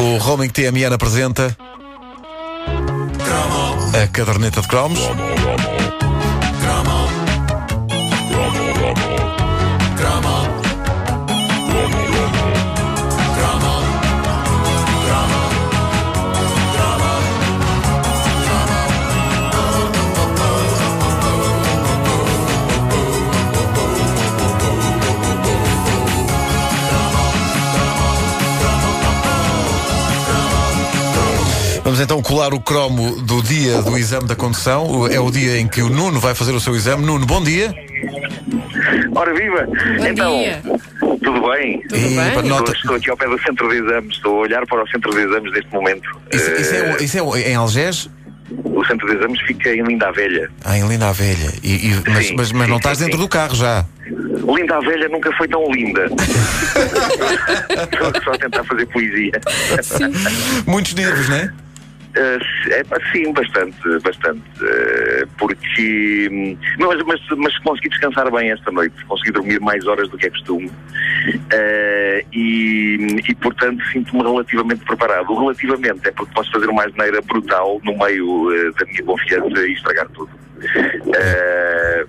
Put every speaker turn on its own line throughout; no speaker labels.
O Roaming TMN apresenta a caderneta de cromos. Vamos então colar o cromo do dia do exame da condução. O- É o dia em que o Nuno vai fazer o seu exame. Nuno, bom dia.
Ora viva!
Bom
então,
dia.
tudo bem?
Tudo
Ih,
bem?
pá,
Estou,
nota-
estou aqui ao pé do centro de exames, estou a olhar para o centro de exames neste momento.
Isso, isso é, um-
Eh,
o- isso é o- em Algés?
O centro de exames fica em Linda a Velha.
Ah, em Linda a Velha. E- e- mas,
Sim,
mas- mas não
sim,
estás
sim,
dentro
sim.
do carro já.
Linda a Velha nunca foi tão linda. estou só a tentar fazer poesia.
Sim.
Muitos nervos, não é?
Eh, é, pá, sim, bastante, bastante. Eh, porque. hum, Mas, mas, mas consegui descansar bem esta noite, consegui dormir mais horas do que é costume. Eh, e, e, portanto, sinto-me relativamente preparado. O Relativamente é porque posso fazer uma asneira brutal no meio eh, da minha confiança e estragar tudo. Eh,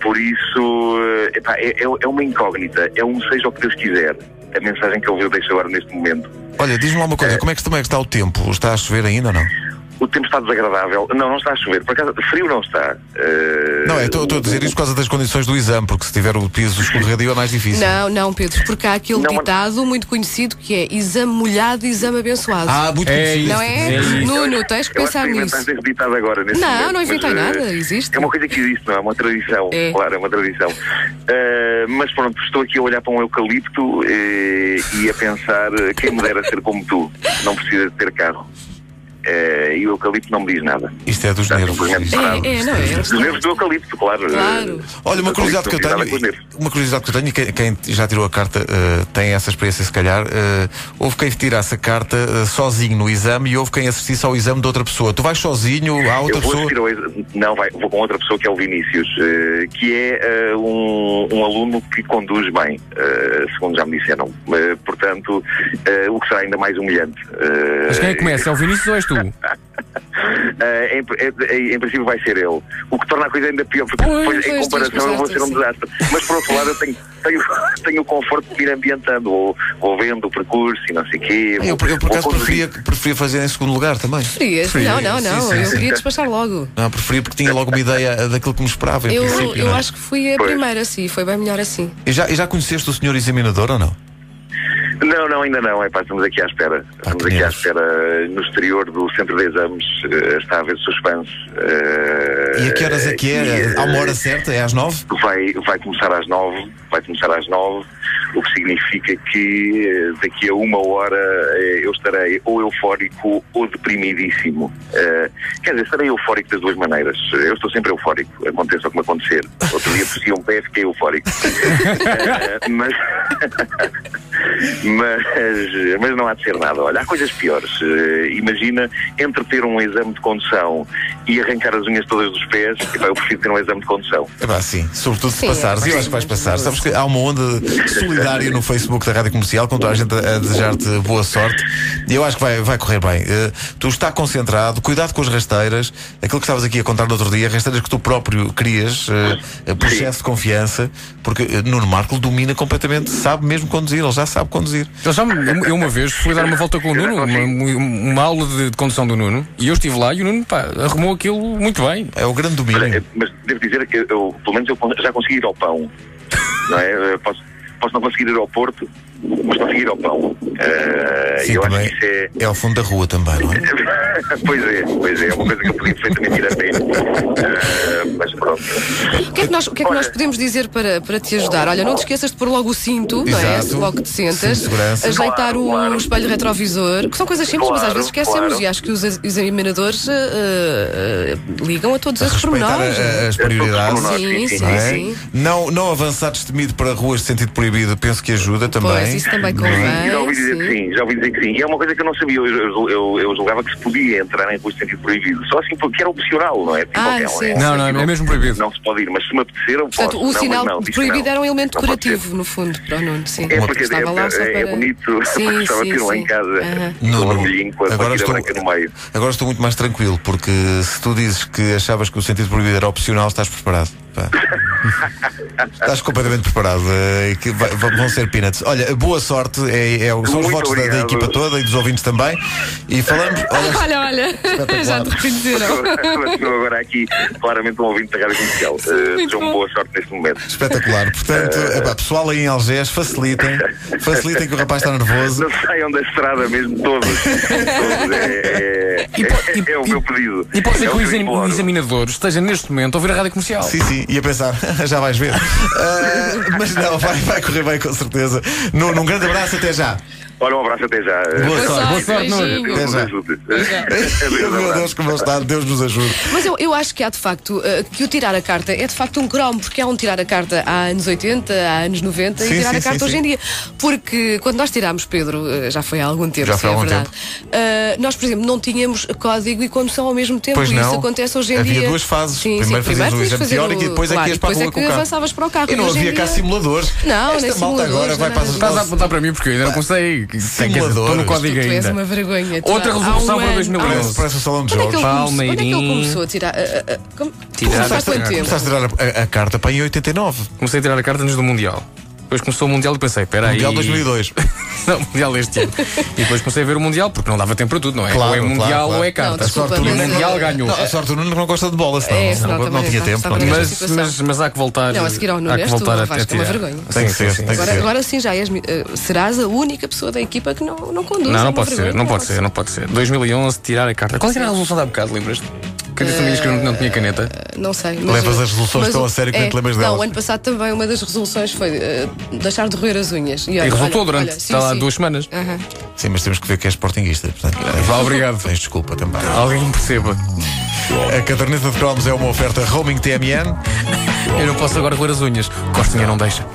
por isso, eh, epá, é, é- é uma incógnita, é um seja o que Deus quiser. A mensagem que eu vou deixar agora neste momento.
Olha, diz-me lá uma
Eh.
coisa, como é que como é que está o tempo? Está a chover ainda ou não?
O tempo está desagradável. Não, não está a chover. Por acaso, frio não está. Eh,
Não, eu estou estou a dizer isto por causa das condições do exame, porque se tiver o piso escorregadio é mais difícil.
Não, não, Pedro, porque há aquele
Não, mas-
ditado muito conhecido que é exame molhado, exame abençoado.
Ah, muito
É
conhecido.
não é?
é isso.
Nuno, tens que
Eu acho
pensar
que
nisso.
inventaste esse ditado agora. neste
Não,
momento,
não inventei
mas, eh,
nada, existe.
É uma coisa que existe, não é? É uma tradição.
É.
Claro, é uma tradição. Eh, mas pronto, estou aqui a olhar para um eucalipto eh, e a pensar eh, quem me dera ser como tu. Não precisa de ter carro. Eh, e o eucalipto não me diz nada.
Isto é dos
Está
nervos.
simplesmente
Isto-
parado.
É, é, não é?
Os nervos do eucalipto, claro.
Claro.
Eh,
Olha, uma curiosidade que eu
cuidado com os
tenho,
nervos.
uma curiosidade que eu tenho, e quem, quem já tirou a carta eh, tem essa experiência se calhar, eh, houve quem tirasse a carta eh, sozinho no exame e houve quem assistisse ao exame de outra pessoa. Tu vais sozinho, há outra
eu vou
pessoa.
assistir ao ex- Não, vai, vou com outra pessoa que é o Vinícius, eh, que é eh, um, um aluno que conduz bem, eh, segundo já me disseram. Eh, portanto, eh, o que será ainda mais humilhante. Eh,
Mas quem é que começa? É o Vinícius ou és tu?
eh, em, eh, em- em princípio vai ser ele. O que torna a coisa ainda pior, porque
Pois,
depois, em
pois,
comparação,
tu
eu vou ser um
sim.
desastre. Mas por outro lado, eu tenho, tenho, tenho o conforto de me ir ambientando, ou, ou vendo o percurso e não sei o quê.
Eu,
vou-
eu, por
vou
acaso
conduzir.
preferia, preferia fazer em segundo lugar também.
Preferias? Não, não, não.
Sim, sim,
eu
sim.
queria despachar logo.
Não, preferia porque tinha logo uma ideia eh, daquilo que me esperava, em
Eu,
princípio.
eu
não é?
acho que fui a
Pois.
primeira, sim. Foi bem melhor assim.
E já, e já conheceste o senhor examinador ou não?
Não, não, ainda não. É pá, estamos aqui à espera. estamos aqui à
nervos.
espera eh, no exterior do centro de exames. eh, está a haver suspense. eh,
E a que horas é que
e,
é?
eh,
Há uma hora certa? É às nove?
Vai, vai começar às nove. Vai começar às nove. O que significa que eh, daqui a uma hora eh, eu estarei ou eufórico ou deprimidíssimo. Eh, quer dizer, estarei eufórico das duas maneiras. Eu estou sempre eufórico, aconteça o que me acontecer. Outro dia torci um pé e fiquei eufórico. Eh, mas. mas, mas não há de ser nada. Olha, há coisas piores. Eh, imagina entre ter um exame de condução e arrancar as unhas todas dos pés, epá, eu prefiro ter um exame de condução.
É pá, sim. Sobretudo se
Sim,
passares.
é
Eu acho que vais
bastante
passar.
doloroso.
Sabes que há uma onda solidária no Facebook da Rádio Comercial com toda a gente a a desejar-te boa sorte. E eu acho que vai, vai correr bem. Eh, tu está concentrado, cuidado com as rasteiras. Aquilo que estavas aqui a contar no outro dia, rasteiras que tu próprio crias, eh, por
Sim.
excesso de confiança, porque eh, Nuno Marco domina completamente, sabe mesmo conduzir, ele já sabe conduzir.
Ele já me- eu uma vez fui dar uma volta com o Nuno, uma, uma aula de, de condução do Nuno, e eu estive lá e o Nuno pá, arrumou aquilo muito bem.
É o grande
Olha, eh,
domínio.
mas devo dizer que eu, pelo menos eu con- já consegui ir ao pão. Não é? Eh, Posso, posso não conseguir ir ao Porto, mas consegui ir ao pão. Eh,
Sim,
eu acho que
também.
isso é.
É ao fundo da rua também, não é?
pois é, pois é, é uma coisa que eu podia perfeitamente ir a pé. Eh, mas pronto.
O que é que nós, o que é que
Olha.
nós podemos dizer para, para te ajudar? Olha, não te esqueças de pôr logo o cinto, não é?
Exato.
Logo que te sentas.
Cinto de segurança.
Ajeitar
Claro,
o
claro.
espelho retrovisor, que são coisas simples, mas às
Claro,
vezes esquecemos
claro.
e acho que os ex- examinadores eh, eh, ligam a todos esses
respeitar
pormenores.
a- a- as
É
prioridades.
todos os pormenores,
Sim,
sim,
sim,
não, é?
sim.
não, não avançar destemido para ruas de sentido proibido, penso que ajuda também.
Pois, isso também
Não é?
convém.
E já ouvi dizer
Ah, sim.
que sim, já ouvi dizer que sim. E é uma coisa que eu não sabia, eu, eu, eu- eu julgava que se podia podia entrar em rua de sentido proibido. Só assim porque era opcional, não é? Tipo,
Ah,
ok,
sim.
é-
Não, não, é mesmo proibido.
Não se pode ir, mas se me apetecer, eu posso.
Portanto, o
Não, mas
sinal
não,
de
diz que
proibido
não.
era um elemento
Não pode ser.
decorativo, no fundo, para o Nuno, sim.
É porque é,
Estava lá só
é, é
para-
bonito,
Sim,
gostava
sim,
de ter lá
sim.
em casa
Aham.
com
Nuno,
um orgulhinho com a
agora
bandeira
estou-
branca no meio.
Agora estou muito mais tranquilo, porque se tu dizes que achavas que o sentido proibido era opcional, estás preparado. pá. estás completamente preparado. eh, e que vai- va- vão ser peanuts. Olha, boa sorte. É, é, o- são os
Muito
votos da, da
obrigado.
equipa toda e dos ouvintes também. E falamos. Olha,
Olha, olha, já te reconheceram.
Estou agora aqui, claramente, um ouvinte da rádio comercial. Eh,
muito
Sejam
bom.
boa sorte neste momento.
espetacular. Portanto, epá, pessoal aí em Algés, facilitem. Facilitem que o rapaz está nervoso.
Não saiam da estrada mesmo, todos. Todos, é, é-
E po- e-
é- é o
e-
meu pedido.
E pode ser
É
que o, exam-
imploro.
o examinador esteja neste momento a ouvir a rádio comercial.
Sim, sim, ia pensar, já vais ver. Ah, mas não, vai, vai correr bem com certeza. Nuno, um grande abraço, até já.
Olha, um abraço até já.
Boa sorte.
Boa sorte, Nuno.
beijinho.
Até já.
Adeus,
Meu
abraço.
Deus, como ele está, Deus nos ajude.
Mas eu, eu acho que há de facto eh, que o tirar a carta é de facto um cromo, porque há um tirar a carta há anos 80, há anos 90
Sim,
e tirar
sim,
a carta
sim,
hoje
sim.
em dia. Porque quando nós tirámos, Pedro, eh, já foi há algum tempo,
Já
se
foi há
é
algum
verdade, eh, nós, por exemplo, não tínhamos código e condução ao mesmo tempo.
Pois
e
não.
isso acontece hoje em
Havia
dia.
duas fases. Primeiro fazias o
tinhas de
exame
fazer
teórico e depois é que
claro,
ias para a
depois
rua
é que
com o carro.
avançavas para o carro.
E não
Hoje em
havia cá
dia-
simuladores.
Não,
Esta
nem
malta
simuladores,
agora
não
vai
é
para as
nada.
Estás a apontar para mim porque eu ainda não consegei. Tem que- Estou no
Simuladores.
Tu,
código
tu és uma
ainda.
vergonha. Tu,
Outra
há- há
revolução
um
para
ano- há
2011.
um-
Parece, parece o Salão de
Quando é, que ele
Jogos.
começou, quando é que ele
Palmeirinho.
começou a tirar? a- a- a- como-
Tirar
Há
a
quanto
carta.
tempo?
Começaste a tirar a, a- a carta para em 89,
Comecei a tirar a carta antes do Mundial. Depois começou o Mundial e pensei, peraí.
Mundial 2002.
Não, Mundial este ano. E depois comecei a ver o Mundial, porque não dava tempo para tudo, não é?
Claro,
ou é
claro,
Mundial
claro.
ou é
Não,
carta.
desculpa,
o
mas- é-
Mundial ganhou.
Não, a sorte o Nuno não gosta de bola, senão,
É, senão
não, não,
também
tinha
está-
tempo.
está
Não tinha
bem.
tempo.
Mas,
situação.
mas, mas há que voltar.
Não, a seguir ao Nuno
há que
és tu,
voltar
Vasco, é uma
tirar.
vergonha.
Tem que ser, tem que
Agora,
ser.
agora sim já és, mi- eh, serás a única pessoa da equipa que não, não conduz.
Não,
é uma
não pode ser,
vergonha,
não pode ser, não pode ser. 2011, tirar a carta. Qual era a resolução da bocado, lembras-te? Que tu me diz que eu não- não tinha caneta.
Eh, Não sei. mas-
Levas as resoluções
mas
tão
o- é,
a sério que nem te lembras delas.
Não, o ano passado também uma das resoluções foi eh, deixar de roer as unhas. olha,
E resultou
olha,
durante,
olha, sim,
está lá,
sim.
duas semanas.
Aham.
Sim, mas temos que ver que é sportinguista. Portanto,
Vá, obrigado.
Tens desculpa também.
Alguém me perceba.
A caderneta de cromos é uma oferta roaming TMN.
Eu não posso agora roer as unhas. Costinha não deixa.